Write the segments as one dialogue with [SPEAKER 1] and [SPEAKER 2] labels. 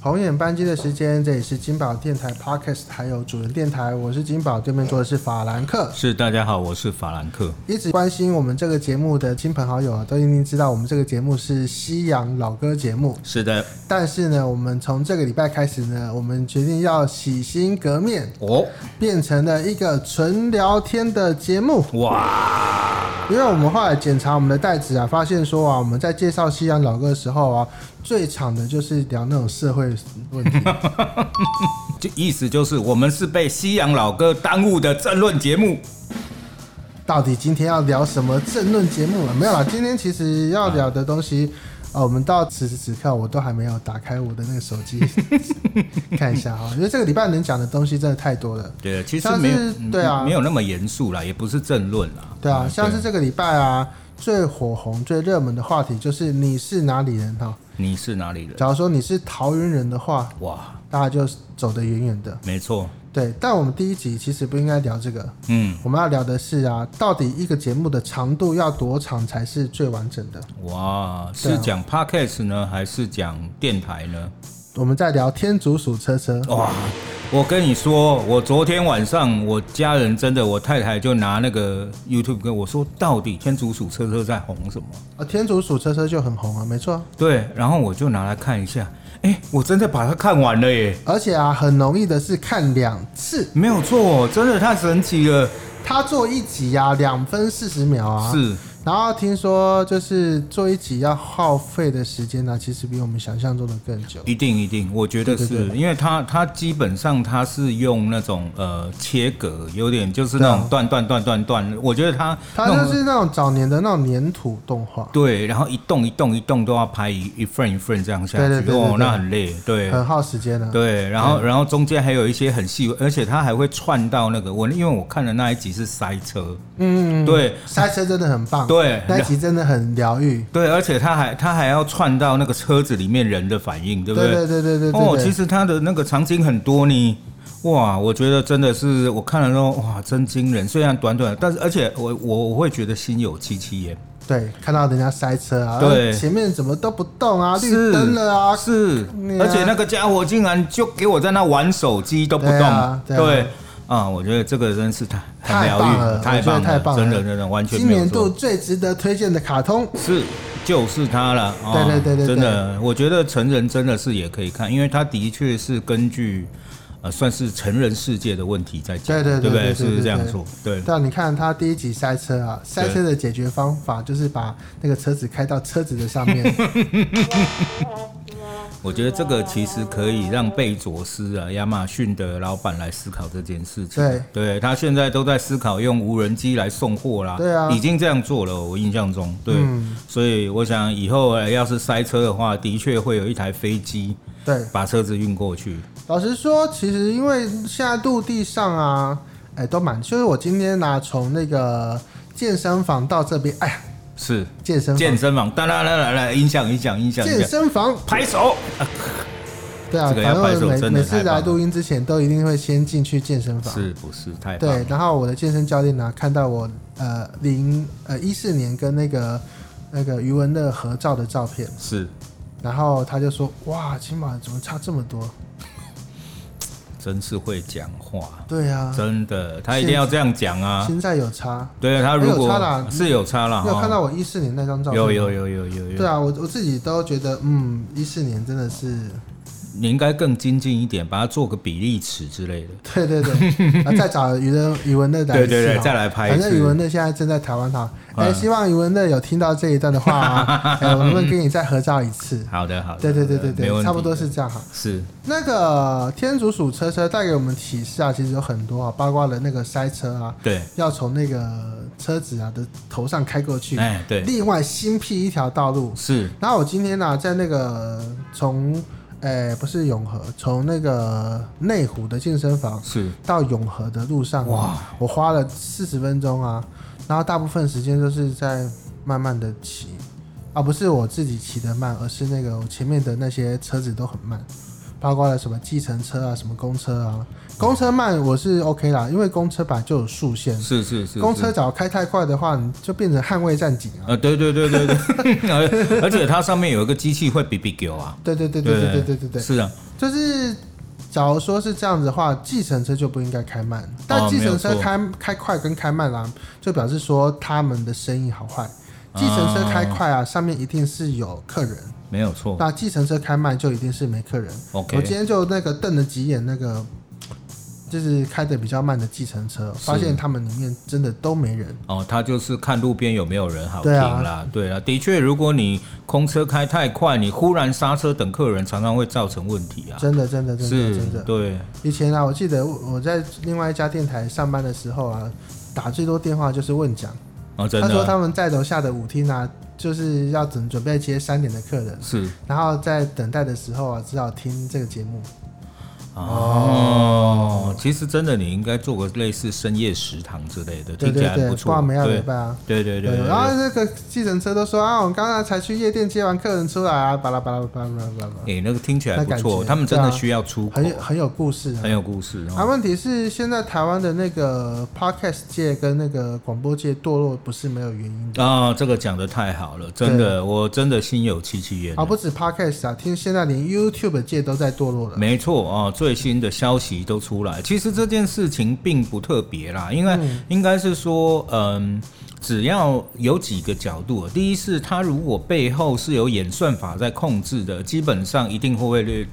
[SPEAKER 1] 红眼班机的时间，这里是金宝电台 Podcast，还有主人电台，我是金宝，对面坐的是法兰克。
[SPEAKER 2] 是，大家好，我是法兰克。
[SPEAKER 1] 一直关心我们这个节目的亲朋好友啊，都一定知道我们这个节目是西洋老歌节目。
[SPEAKER 2] 是的，
[SPEAKER 1] 但是呢，我们从这个礼拜开始呢，我们决定要洗心革面，
[SPEAKER 2] 哦，
[SPEAKER 1] 变成了一个纯聊天的节目。
[SPEAKER 2] 哇，
[SPEAKER 1] 因为我们后来检查我们的袋子啊，发现说啊，我们在介绍西洋老歌的时候啊，最常的就是聊那种社会问题。
[SPEAKER 2] 就意思就是我们是被西洋老歌耽误的政论节目。
[SPEAKER 1] 到底今天要聊什么政论节目了？没有啦，今天其实要聊的东西，啊、我们到此时此刻我都还没有打开我的那个手 机看一下哈，因为这个礼拜能讲的东西真的太多了。
[SPEAKER 2] 对，其实
[SPEAKER 1] 像是
[SPEAKER 2] 没有，嗯
[SPEAKER 1] 对啊
[SPEAKER 2] 没有那么严肃啦，也不是政论啦。
[SPEAKER 1] 对啊，像是这个礼拜啊，最火红、最热门的话题就是你是哪里人哈。
[SPEAKER 2] 你是哪里人？
[SPEAKER 1] 假如说你是桃园人的话，
[SPEAKER 2] 哇，
[SPEAKER 1] 大家就走得远远的。
[SPEAKER 2] 没错，
[SPEAKER 1] 对，但我们第一集其实不应该聊这个，
[SPEAKER 2] 嗯，
[SPEAKER 1] 我们要聊的是啊，到底一个节目的长度要多长才是最完整的？
[SPEAKER 2] 哇，
[SPEAKER 1] 对
[SPEAKER 2] 是
[SPEAKER 1] 啊
[SPEAKER 2] 讲 podcast 呢，还是讲电台呢？
[SPEAKER 1] 我们在聊天竺鼠车车，
[SPEAKER 2] 哇，我跟你说，我昨天晚上我家人真的，我太太就拿那个 YouTube 跟我说，到底天竺鼠车车在红什么？
[SPEAKER 1] 啊，天竺鼠车车就很红啊，没错。
[SPEAKER 2] 对，然后我就拿来看一下，哎，我真的把它看完了耶，
[SPEAKER 1] 而且啊，很容易的是看两次，
[SPEAKER 2] 没有错，真的太神奇了，
[SPEAKER 1] 它做一集呀、啊，两分四十秒啊。。
[SPEAKER 2] 是
[SPEAKER 1] 然后听说就是做一集要耗费的时间呢、其实比我们想象中的更久。
[SPEAKER 2] 一定一定，我觉得是
[SPEAKER 1] 对对
[SPEAKER 2] 因为它它基本上它是用那种呃切割，有点就是那
[SPEAKER 1] 对啊
[SPEAKER 2] 种断断断断断，我觉得它
[SPEAKER 1] 它
[SPEAKER 2] 那
[SPEAKER 1] 就
[SPEAKER 2] 种
[SPEAKER 1] 是那种早年的那种粘土动画，
[SPEAKER 2] 对，然后一动一动一动都要拍一一份一份这样下去，
[SPEAKER 1] 对对对对
[SPEAKER 2] 哦，
[SPEAKER 1] 对
[SPEAKER 2] 那很累，对。
[SPEAKER 1] 很耗时间的、啊。
[SPEAKER 2] 对，然后然后中间还有一些很细微，而且它还会串到那个我，因为我看的那一集是塞车，
[SPEAKER 1] 嗯，
[SPEAKER 2] 对
[SPEAKER 1] 塞车真的很棒，
[SPEAKER 2] 对
[SPEAKER 1] 那一集真的很疗愈。
[SPEAKER 2] 对，而且它还它还要串到那个车子里面人的反应，对不
[SPEAKER 1] 对对对对对
[SPEAKER 2] 哦，
[SPEAKER 1] 对
[SPEAKER 2] 其实它的那个场景很多呢。哇，我觉得真的是我看了之后，哇，真惊人！虽然短短，但是而且我我我会觉得心有戚戚焉。
[SPEAKER 1] 对，看到人家塞车啊，
[SPEAKER 2] 对
[SPEAKER 1] 前面怎么都不动啊，绿
[SPEAKER 2] 是
[SPEAKER 1] 灯了啊，
[SPEAKER 2] 是
[SPEAKER 1] 你，啊
[SPEAKER 2] 而且那个家伙竟然就给我在那玩手机都不
[SPEAKER 1] 对
[SPEAKER 2] 动
[SPEAKER 1] 啊，对啊
[SPEAKER 2] 对啊，我觉得这个真是太
[SPEAKER 1] 太
[SPEAKER 2] 疗
[SPEAKER 1] 棒
[SPEAKER 2] 愈
[SPEAKER 1] 了，
[SPEAKER 2] 了，
[SPEAKER 1] 我觉得太棒了，
[SPEAKER 2] 真的真的完全
[SPEAKER 1] 今
[SPEAKER 2] 没有
[SPEAKER 1] 年度
[SPEAKER 2] 错，
[SPEAKER 1] 最值得推荐的卡通，
[SPEAKER 2] 是就是他了，啊
[SPEAKER 1] 对对对对对
[SPEAKER 2] 真的，我觉得成人真的是也可以看，因为他的确是根据呃算是成人世界的问题在讲，
[SPEAKER 1] 对对对
[SPEAKER 2] 不
[SPEAKER 1] 对对
[SPEAKER 2] 对？是不
[SPEAKER 1] 对
[SPEAKER 2] 是这样
[SPEAKER 1] 对
[SPEAKER 2] 说？对
[SPEAKER 1] 但你看他第一集塞车啊，塞车的解决方法就是把那个车子开到车子的上面，
[SPEAKER 2] 我觉得这个其实可以让贝佐斯啊、亚马逊的老板来思考这件事情。
[SPEAKER 1] 对，
[SPEAKER 2] 他现在都在思考用无人机来送货啦。
[SPEAKER 1] 对啊嗯
[SPEAKER 2] 已经这样做了，我印象中。对，所以我想以后呃要是塞车的话，的确会有一台飞机
[SPEAKER 1] 对，
[SPEAKER 2] 把车子运过去。
[SPEAKER 1] 老实说，其实因为现在陆地上啊，哎、都蛮，就是我今天呢、从那个健身房到这边，哎呀，
[SPEAKER 2] 是
[SPEAKER 1] 健身
[SPEAKER 2] 健
[SPEAKER 1] 房，
[SPEAKER 2] 身房，当然来来来，音响音响音响音
[SPEAKER 1] 健
[SPEAKER 2] 响，
[SPEAKER 1] 身房，
[SPEAKER 2] 拍手。
[SPEAKER 1] 对啊，
[SPEAKER 2] 这个要
[SPEAKER 1] 反正
[SPEAKER 2] 拍手
[SPEAKER 1] 我每
[SPEAKER 2] 真的
[SPEAKER 1] 每次
[SPEAKER 2] 太棒
[SPEAKER 1] 来
[SPEAKER 2] 了
[SPEAKER 1] 录音之前都一定会先进去健身房，
[SPEAKER 2] 是不是太棒
[SPEAKER 1] 对
[SPEAKER 2] 了？，
[SPEAKER 1] 然后我的健身教练呢、看到我呃零呃一四年跟那个那个余文乐合照的照片，
[SPEAKER 2] 是，
[SPEAKER 1] 然后他就说：“哇，金马怎么差这么多
[SPEAKER 2] 真是会讲话？”，
[SPEAKER 1] 对啊，
[SPEAKER 2] 真的，他一定要这样讲啊。
[SPEAKER 1] 现在有差。
[SPEAKER 2] 对啊，他
[SPEAKER 1] 有
[SPEAKER 2] 如果
[SPEAKER 1] 差啦
[SPEAKER 2] 是有差了，
[SPEAKER 1] 你有
[SPEAKER 2] 哈
[SPEAKER 1] 看到我一四年那张照片？
[SPEAKER 2] 哦有有。有有有有，
[SPEAKER 1] 对啊，我我自己都觉得，嗯，一四年真的是，
[SPEAKER 2] 你应该更精进一点，把它做个比例尺之类的。
[SPEAKER 1] 对对对。啊，再找余文余文乐来
[SPEAKER 2] 对对
[SPEAKER 1] 一次
[SPEAKER 2] 对，
[SPEAKER 1] 好
[SPEAKER 2] 再来拍一
[SPEAKER 1] 反正余文
[SPEAKER 2] 次。
[SPEAKER 1] 乐现在正在台湾哈，哎、
[SPEAKER 2] 嗯
[SPEAKER 1] 希望余文乐有听到这一段的话 啊，哎，我们跟你再合照一次。
[SPEAKER 2] 好的好的，
[SPEAKER 1] 对对对对
[SPEAKER 2] 没问
[SPEAKER 1] 对，
[SPEAKER 2] 题
[SPEAKER 1] 差不多是这样哈。
[SPEAKER 2] 是
[SPEAKER 1] 那个天竺鼠车车带给我们启示啊，其实有很多啊，包括了那个塞车啊，
[SPEAKER 2] 对，
[SPEAKER 1] 要从那个车子啊的头上开过去，
[SPEAKER 2] 哎对
[SPEAKER 1] 另外新辟一条道路。
[SPEAKER 2] 是
[SPEAKER 1] 然后我今天呢、在那个从，哎，不是永和，从那个内湖的健身房
[SPEAKER 2] 是，
[SPEAKER 1] 到永和的路上、啊
[SPEAKER 2] 哇，
[SPEAKER 1] 我花了四十分钟啊，然后大部分时间都是在慢慢的骑，啊，不是我自己骑得慢，而是那个我前面的那些车子都很慢，包括了什么计程车啊、什么公车啊。公车慢我是 OK 啦，因为公车本来就有速限，
[SPEAKER 2] 是是是，
[SPEAKER 1] 公
[SPEAKER 2] 是
[SPEAKER 1] 车只要开太快的话，你就变成捍卫战警啊。
[SPEAKER 2] 呃，对对对对对， 而而且它上面有一个机器会比比狗啊，
[SPEAKER 1] 对对对对对对对对对，
[SPEAKER 2] 是啊，
[SPEAKER 1] 就是假如说是这样子的话，计程车就不应该开慢，但
[SPEAKER 2] 哦
[SPEAKER 1] 计程
[SPEAKER 2] 没
[SPEAKER 1] 车
[SPEAKER 2] 有错
[SPEAKER 1] 开、开快跟开慢啦、就表示说他们的生意好坏。
[SPEAKER 2] 啊
[SPEAKER 1] 计程车开快啊，上面一定是有客人；
[SPEAKER 2] 没有错
[SPEAKER 1] 那计程车开慢就一定是没客人。我今
[SPEAKER 2] 哦，OK，
[SPEAKER 1] 天就那个瞪了几眼那个，就是开的比较慢的计程车，
[SPEAKER 2] 是
[SPEAKER 1] 发现他们里面真的都没人。
[SPEAKER 2] 哦，它就是看路边有没有人好停
[SPEAKER 1] 对啊
[SPEAKER 2] 啦，对啊，的确，如果你空车开太快，你忽然刹车等客人，常常会造成问题啊，
[SPEAKER 1] 真的，真的，真的，
[SPEAKER 2] 是
[SPEAKER 1] 真的，。
[SPEAKER 2] 对，
[SPEAKER 1] 以前啊，我记得我我在另外一家电台上班的时候啊，打最多电话就是问讲。
[SPEAKER 2] 哦，真
[SPEAKER 1] 他说
[SPEAKER 2] 的
[SPEAKER 1] 他们在楼下的舞厅啊，就是要准准备接三点的客人，
[SPEAKER 2] 是
[SPEAKER 1] 然后在等待的时候啊，只好听这个节目。
[SPEAKER 2] 哦，其实真的你应该做个类似深夜食堂之类的，
[SPEAKER 1] 对
[SPEAKER 2] 听起
[SPEAKER 1] 对
[SPEAKER 2] 来
[SPEAKER 1] 对
[SPEAKER 2] 不，
[SPEAKER 1] 挂
[SPEAKER 2] 错，
[SPEAKER 1] 没有
[SPEAKER 2] 对
[SPEAKER 1] 没办法。
[SPEAKER 2] 对对对，
[SPEAKER 1] 然后那个计程车都说啊，我们刚刚才去夜店接完客人出来啊，巴拉巴拉巴拉巴拉巴拉，
[SPEAKER 2] 哎，那个听起来
[SPEAKER 1] 那
[SPEAKER 2] 不
[SPEAKER 1] 感
[SPEAKER 2] 错，
[SPEAKER 1] 觉
[SPEAKER 2] 他们真的
[SPEAKER 1] 对啊
[SPEAKER 2] 需要出口
[SPEAKER 1] 很，有很有故事啊。
[SPEAKER 2] 很有故事哦。
[SPEAKER 1] 啊，问题是现在台湾的那个 podcast 界跟那个广播界堕落不是没有原因的
[SPEAKER 2] 啊、这个讲的太好了，真的，我真的心有戚戚焉。
[SPEAKER 1] 啊，不止 podcast 啊，听现在连 YouTube 界都在堕落了。
[SPEAKER 2] 没错啊、哦，最新的消息都出来。其实这件事情并不特别啦，因为应该是说，嗯，只要有几个角度，第一是它如果背后是有演算法在控制的，基本上一定会略。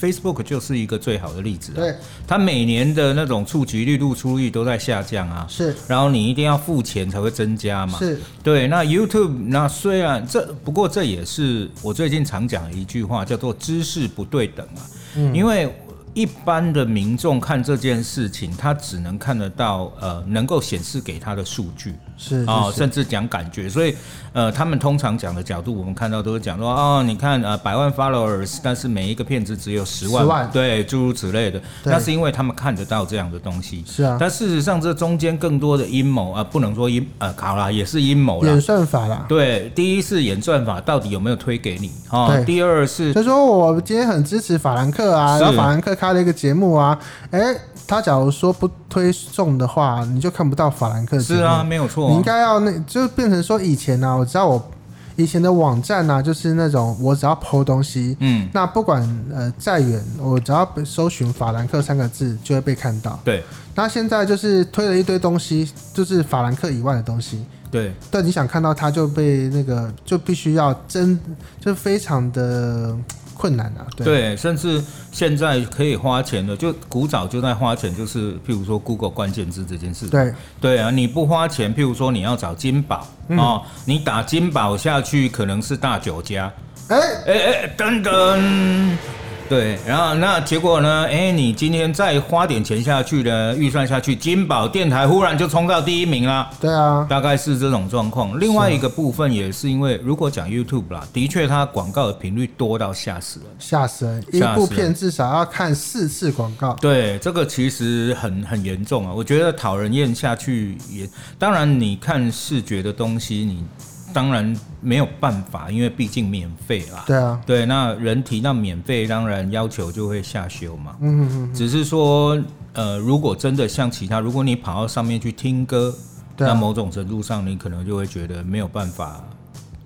[SPEAKER 2] Facebook 就是一个最好的例子、啊，
[SPEAKER 1] 对，
[SPEAKER 2] 它每年的那种触及率、露出率都在下降啊，
[SPEAKER 1] 是
[SPEAKER 2] 然后你一定要付钱才会增加嘛，
[SPEAKER 1] 是，
[SPEAKER 2] 对，那 YouTube 那虽然这不过这也是我最近常讲的一句话，叫做知识不对等啊，因为。一般的民众看这件事情，他只能看得到呃能够显示给他的数据
[SPEAKER 1] 是
[SPEAKER 2] 哦，
[SPEAKER 1] 是
[SPEAKER 2] 甚至讲感觉，所以呃他们通常讲的角度，我们看到都是讲说哦，你看呃百万 followers，但是每一个片子只有十万，
[SPEAKER 1] 10万
[SPEAKER 2] 对，诸如此类的，
[SPEAKER 1] 对
[SPEAKER 2] 那是因为他们看得到这样的东西，
[SPEAKER 1] 是啊，
[SPEAKER 2] 但事实上，这中间更多的阴谋啊，不能说阴呃，好啦，也是阴谋啦
[SPEAKER 1] 演。算法啦。
[SPEAKER 2] 对，第一是演算法到底有没有推给你啊、哦
[SPEAKER 1] 对
[SPEAKER 2] 第二是
[SPEAKER 1] 就说我今天很支持法兰克啊，
[SPEAKER 2] 是
[SPEAKER 1] 然后法兰克开了一个节目啊，哎，他假如说不推送的话，你就看不到法兰克的节目
[SPEAKER 2] 是啊，，没有错、
[SPEAKER 1] 你应该要那就变成说以前呢、啊，我知道我以前的网站呢、啊，就是那种我只要抛东西，
[SPEAKER 2] 嗯，
[SPEAKER 1] 那不管呃再远，我只要搜寻法兰克三个字就会被看到。
[SPEAKER 2] 对
[SPEAKER 1] 那现在就是推了一堆东西，就是法兰克以外的东西，
[SPEAKER 2] 对
[SPEAKER 1] 但你想看到它就被那个就必须要真就非常的嗯困难啊，对
[SPEAKER 2] 对，甚至现在可以花钱的，就古早就在花钱，就是譬如说 Google 关键字这件事。
[SPEAKER 1] 对
[SPEAKER 2] 对啊，你不花钱，譬如说你要找金宝、哦，你打金宝下去可能是大酒家，
[SPEAKER 1] 哎、
[SPEAKER 2] 哎哎，等等，对，然后那结果呢？哎，你今天再花点钱下去呢，预算下去，金宝电台忽然就冲到第一名啦。
[SPEAKER 1] 对啊，
[SPEAKER 2] 大概是这种状况。另外一个部分也是因为，如果讲 YouTube 啦，的确它广告的频率多到吓死人。
[SPEAKER 1] 吓死人！一
[SPEAKER 2] 吓死
[SPEAKER 1] 部
[SPEAKER 2] 人
[SPEAKER 1] 片至少要看四次广告，
[SPEAKER 2] 对，这个其实很很严重啊，我觉得讨人厌下去也，当然你看视觉的东西，你当然没有办法，因为毕竟免费啦。
[SPEAKER 1] 对啊，
[SPEAKER 2] 对，那人提到免费，当然要求就会下修嘛。
[SPEAKER 1] 嗯嗯嗯，
[SPEAKER 2] 只是说，呃，如果真的像其他，如果你跑到上面去听歌，
[SPEAKER 1] 对啊
[SPEAKER 2] 那某种程度上你可能就会觉得没有办法，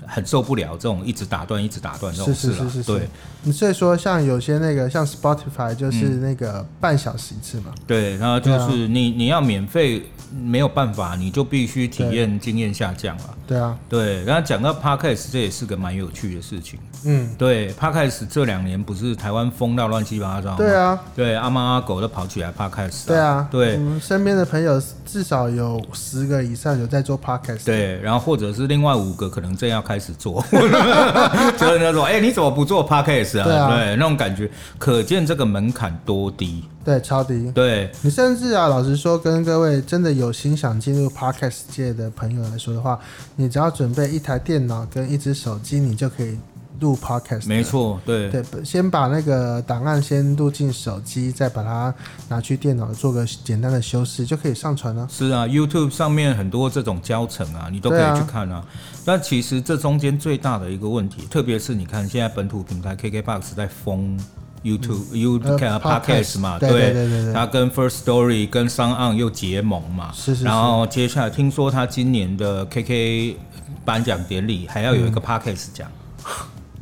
[SPEAKER 2] 很受不了这种一直打断、一直打断这种
[SPEAKER 1] 是
[SPEAKER 2] 事
[SPEAKER 1] 是是
[SPEAKER 2] 了。
[SPEAKER 1] 是是
[SPEAKER 2] 对。
[SPEAKER 1] 你所以说，像有些那个像 Spotify 就是那
[SPEAKER 2] 嗯
[SPEAKER 1] 个半小时一次嘛，
[SPEAKER 2] 对，然后就
[SPEAKER 1] 对啊
[SPEAKER 2] 是你你要免费没有办法，你就必须体验经验下降了。
[SPEAKER 1] 对啊，
[SPEAKER 2] 对，然后讲到 podcast，这也是个蛮有趣的事情。
[SPEAKER 1] 嗯，
[SPEAKER 2] 对，podcast 这两年不是台湾疯到乱七八糟吗？
[SPEAKER 1] 对啊，
[SPEAKER 2] 对，阿猫阿狗都跑起来 podcast，、
[SPEAKER 1] 对啊，
[SPEAKER 2] 对、
[SPEAKER 1] 我们身边的朋友至少有十个以上有在做 podcast，，
[SPEAKER 2] 对，然后或者是另外五个可能正要开 始做， 就是那种哎、你怎么不做 podcast 啊？
[SPEAKER 1] 对啊
[SPEAKER 2] 那种感觉，可见这个门槛多低。
[SPEAKER 1] 对，超低。
[SPEAKER 2] 对，
[SPEAKER 1] 你甚至啊，老实说，跟各位真的有心想进入 podcast 界的朋友来说的话，你只要准备一台电脑跟一只手机，你就可以录 podcast。
[SPEAKER 2] 没。错，对，
[SPEAKER 1] 对，先把那个档案先录进手机，再把它拿去电脑做个简单的修饰，就可以上传了、
[SPEAKER 2] 是啊，YouTube 上面很多这种教程啊，你都可
[SPEAKER 1] 对啊
[SPEAKER 2] 以去看啊。但其实这中间最大的一个问题，特别是你看现在本土平台 KKBox 在封 YouTube、YouTube
[SPEAKER 1] 呃 podcast，
[SPEAKER 2] Podcast 嘛，
[SPEAKER 1] 对对对对对
[SPEAKER 2] 他跟 First Story 跟商岸又结盟嘛，
[SPEAKER 1] 是是是
[SPEAKER 2] 然后接下来听说他今年的 KK 颁奖典礼还要有
[SPEAKER 1] 嗯
[SPEAKER 2] 一个 Podcast 奖，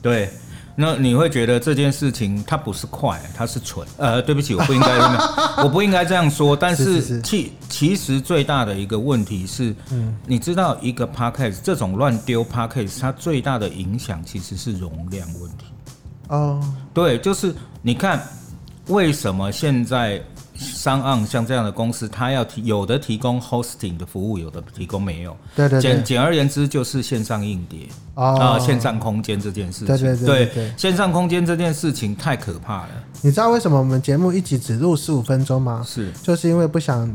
[SPEAKER 2] 对。那你会觉得这件事情它不是快，它是蠢。呃，对不起，我不应该， 我不应该这样说。但
[SPEAKER 1] 是是
[SPEAKER 2] 是
[SPEAKER 1] 是嗯
[SPEAKER 2] 其其实最大的一个问题是，你知道一个 podcast 这种乱丢 podcast，它最大的影响其实是容量问题。
[SPEAKER 1] 哦，
[SPEAKER 2] 对，就是你看，为什么现在商岸像这样的公司，它要提有的提供 hosting 的服务，有的提供没有。
[SPEAKER 1] 对对
[SPEAKER 2] 简
[SPEAKER 1] 对，
[SPEAKER 2] 简而言之，就是线上硬碟啊、
[SPEAKER 1] 哦，
[SPEAKER 2] 线上空间这件事情。
[SPEAKER 1] 对对对对对
[SPEAKER 2] 线上空间这件事情太可怕了。
[SPEAKER 1] 你知道为什么我们节目一集只录十五分钟吗？
[SPEAKER 2] 是
[SPEAKER 1] 就是因为不想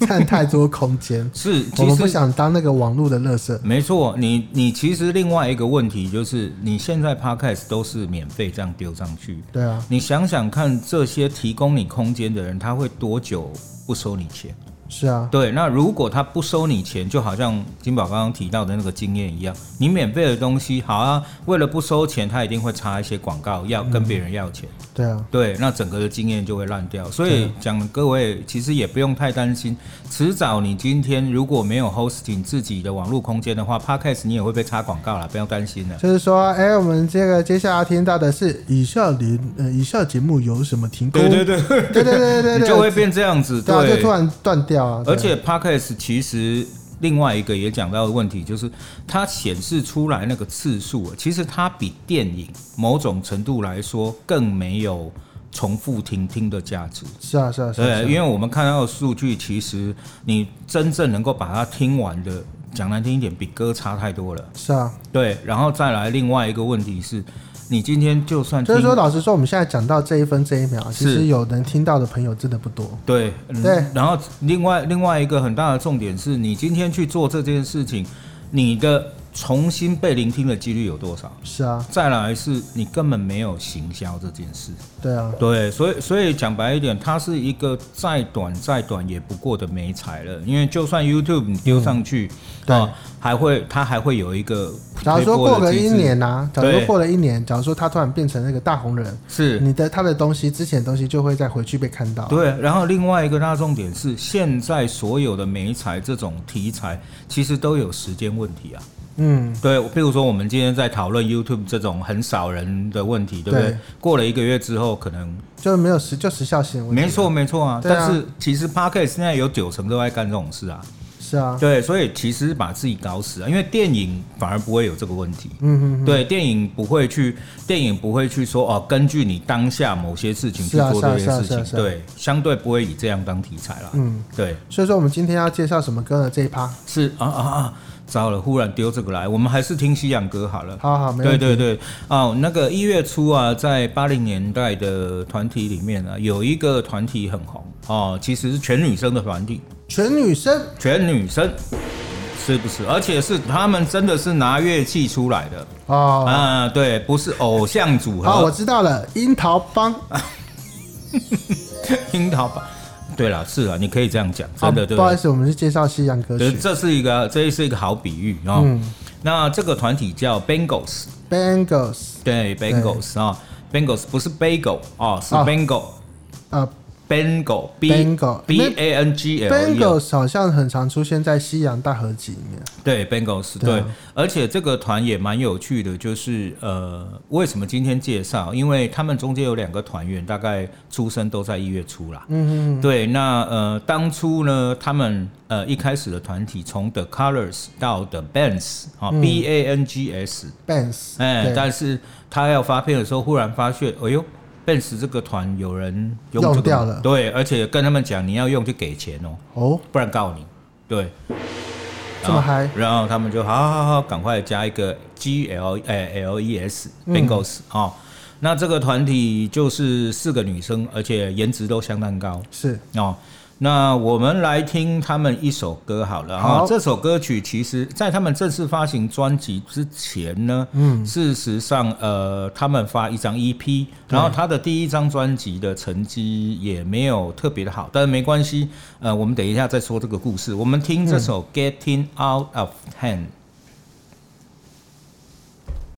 [SPEAKER 1] 占太多空间，
[SPEAKER 2] 是，
[SPEAKER 1] 我
[SPEAKER 2] 其
[SPEAKER 1] 们不
[SPEAKER 2] 实
[SPEAKER 1] 想当那个网络的垃圾。
[SPEAKER 2] 没错。你你其实另外一个问题就是，你现在 podcast 都是免费这样丢上去，
[SPEAKER 1] 对啊，
[SPEAKER 2] 你想想看，这些提供你空间的人，他会多久不收你钱？
[SPEAKER 1] 是啊，
[SPEAKER 2] 对，那如果他不收你钱，就好像金宝刚刚提到的那个经验一样，你免费的东西好啊，为了不收钱，他一定会插一些广告，要跟别人要钱。
[SPEAKER 1] 对啊，
[SPEAKER 2] 对，那整个的经验就会烂掉。所以讲各位，其实也不用太担心，迟早你今天如果没有 hosting 自己的网络空间的话，podcast 你也会被插广告啦，不用担心了。
[SPEAKER 1] 就是说，哎、我们这个接下来听到的是以下连呃以下节目有什么停工？
[SPEAKER 2] 对对，
[SPEAKER 1] 对对对对
[SPEAKER 2] 你
[SPEAKER 1] 对
[SPEAKER 2] 就
[SPEAKER 1] 对，
[SPEAKER 2] 会变这样子。
[SPEAKER 1] 对啊，就
[SPEAKER 2] 对
[SPEAKER 1] 突，然断掉啊。对
[SPEAKER 2] 而且 podcast 其实另外一个也讲到的问题，就是它显示出来那个次数，啊其实它比电影某种程度来说更没有重复听听的价值。
[SPEAKER 1] 是啊是啊是啊
[SPEAKER 2] 对，
[SPEAKER 1] 是
[SPEAKER 2] 因
[SPEAKER 1] 啊，
[SPEAKER 2] 为我们看到的数据，其实你真正能够把它听完的，讲难听一点，比歌差太多了。
[SPEAKER 1] 是啊，
[SPEAKER 2] 对，然后再来另外一个问题是，你今天就算
[SPEAKER 1] 所以
[SPEAKER 2] 听
[SPEAKER 1] 说，老实说，我们现在讲到这一分这一秒，其
[SPEAKER 2] 嗯是
[SPEAKER 1] 实有能听到的朋友真的不多。
[SPEAKER 2] 对，嗯
[SPEAKER 1] 对
[SPEAKER 2] 然后另外另外一个很大的重点是你今天去做这件事情，你的重新被聆听的几率有多少？
[SPEAKER 1] 是啊，
[SPEAKER 2] 再来是你根本没有行销这件事，
[SPEAKER 1] 对啊，
[SPEAKER 2] 对，所以所以讲白一点，它是一个再短再短也不过的没才了，因为就算 YouTube 你丢上去，
[SPEAKER 1] 嗯对
[SPEAKER 2] 啊还会它还会有一个
[SPEAKER 1] 假如
[SPEAKER 2] 推
[SPEAKER 1] 说
[SPEAKER 2] 播
[SPEAKER 1] 过
[SPEAKER 2] 的
[SPEAKER 1] 个
[SPEAKER 2] 机
[SPEAKER 1] 一
[SPEAKER 2] 制，
[SPEAKER 1] 年呐、啊，假如说
[SPEAKER 2] 对
[SPEAKER 1] 过了一年，假如说他突然变成那个大红人，
[SPEAKER 2] 是
[SPEAKER 1] 你的他的东西之前的东西就会再回去被看到。
[SPEAKER 2] 对，然后另外一个大重点是，现在所有的媒材这种题材，其实都有时间问题啊。
[SPEAKER 1] 嗯，
[SPEAKER 2] 对，比如说我们今天在讨论 YouTube 这种很少人的问题，对不对？
[SPEAKER 1] 对
[SPEAKER 2] 过了一个月之后，可能
[SPEAKER 1] 就没有时就时效性的问题。
[SPEAKER 2] 没错没错啊。
[SPEAKER 1] 对啊
[SPEAKER 2] 但是其实 Podcast 现在有九成都在干这种事啊。
[SPEAKER 1] 是啊，
[SPEAKER 2] 对，所以其实把自己搞死啊，因为电影反而不会有这个问题。
[SPEAKER 1] 嗯嗯，
[SPEAKER 2] 对，电影不会去，电影不会去说哦，根据你当下某些事情去
[SPEAKER 1] 是啊
[SPEAKER 2] 做这
[SPEAKER 1] 是啊
[SPEAKER 2] 件
[SPEAKER 1] 是啊
[SPEAKER 2] 事
[SPEAKER 1] 是
[SPEAKER 2] 情，
[SPEAKER 1] 啊是啊
[SPEAKER 2] 对，相对不会以这样当题材啦。
[SPEAKER 1] 嗯，
[SPEAKER 2] 对，
[SPEAKER 1] 所以说我们今天要介绍什么歌呢？这一趴，
[SPEAKER 2] 是啊啊啊！糟了，忽然丢这个来，我们还是听西洋歌好了。
[SPEAKER 1] 好好，没问
[SPEAKER 2] 对
[SPEAKER 1] 题。
[SPEAKER 2] 对对，哦，那个一月初啊，在八零年代的团体里面啊，有一个团体很红哦，其实是全女生的团体，
[SPEAKER 1] 全女生
[SPEAKER 2] 全女生，是不是？而且是他们真的是拿乐器出来的啊、
[SPEAKER 1] 哦，
[SPEAKER 2] 对，不是偶像组
[SPEAKER 1] 好，我
[SPEAKER 2] 合，
[SPEAKER 1] 知道了，樱桃帮。
[SPEAKER 2] 啊
[SPEAKER 1] 啊
[SPEAKER 2] 樱桃吧？对了，是啊，你可以这样讲，真的
[SPEAKER 1] 好哦
[SPEAKER 2] 对
[SPEAKER 1] 不
[SPEAKER 2] 不
[SPEAKER 1] 好
[SPEAKER 2] 对
[SPEAKER 1] 意？思，我们是介绍西洋歌
[SPEAKER 2] 对
[SPEAKER 1] 曲。
[SPEAKER 2] 这是一个，这是一个好比喻哦。
[SPEAKER 1] 嗯
[SPEAKER 2] 那这个团体叫 Bangles。
[SPEAKER 1] ，Bangles，
[SPEAKER 2] 对，Bengals 啊，Bengals 不是 bagel 哦，是
[SPEAKER 1] 啊
[SPEAKER 2] Bengal，Bengal
[SPEAKER 1] 呃
[SPEAKER 2] B
[SPEAKER 1] Bengal
[SPEAKER 2] B A N G L E
[SPEAKER 1] ，Bangles 好像很常出现在西洋大合集里面。
[SPEAKER 2] 对，Bengals
[SPEAKER 1] 对
[SPEAKER 2] 对
[SPEAKER 1] 啊，
[SPEAKER 2] 而且这个团也蛮有趣的，就是呃，为什么今天介绍？因为他们中间有两个团员，大概出生都在一月初啦。
[SPEAKER 1] 嗯嗯，
[SPEAKER 2] 对，那呃，当初呢，他们呃一开始的团体从 The Colors 到 The Bands 啊、B A N G S，
[SPEAKER 1] b a n s 嗯
[SPEAKER 2] 哎、
[SPEAKER 1] 对
[SPEAKER 2] 但是他要发片的时候，忽然发现，哎呦，Benz 这个团有人用、这个
[SPEAKER 1] 用掉了
[SPEAKER 2] 对，而且跟他们讲，你要用就给钱哦，
[SPEAKER 1] 哦，
[SPEAKER 2] 不然告你。对，
[SPEAKER 1] 这么嗨，
[SPEAKER 2] 啊然后他们就好好好，赶快加一个 G L 哎 L E S
[SPEAKER 1] 嗯
[SPEAKER 2] Bengals 哦。那这个团体就是四个女生，而且颜值都相当高
[SPEAKER 1] 是
[SPEAKER 2] 哦。那我们来听他们一首歌好了哈、
[SPEAKER 1] 好
[SPEAKER 2] 这首歌曲其实，在他们正式发行专辑之前呢，
[SPEAKER 1] 嗯
[SPEAKER 2] 事实上，呃，他们发一张 EP，然后他的第一张专辑的成绩也没有特别的好，但是没关系，呃，我们等一下再说这个故事。我们听这首《Getting Out of Hand》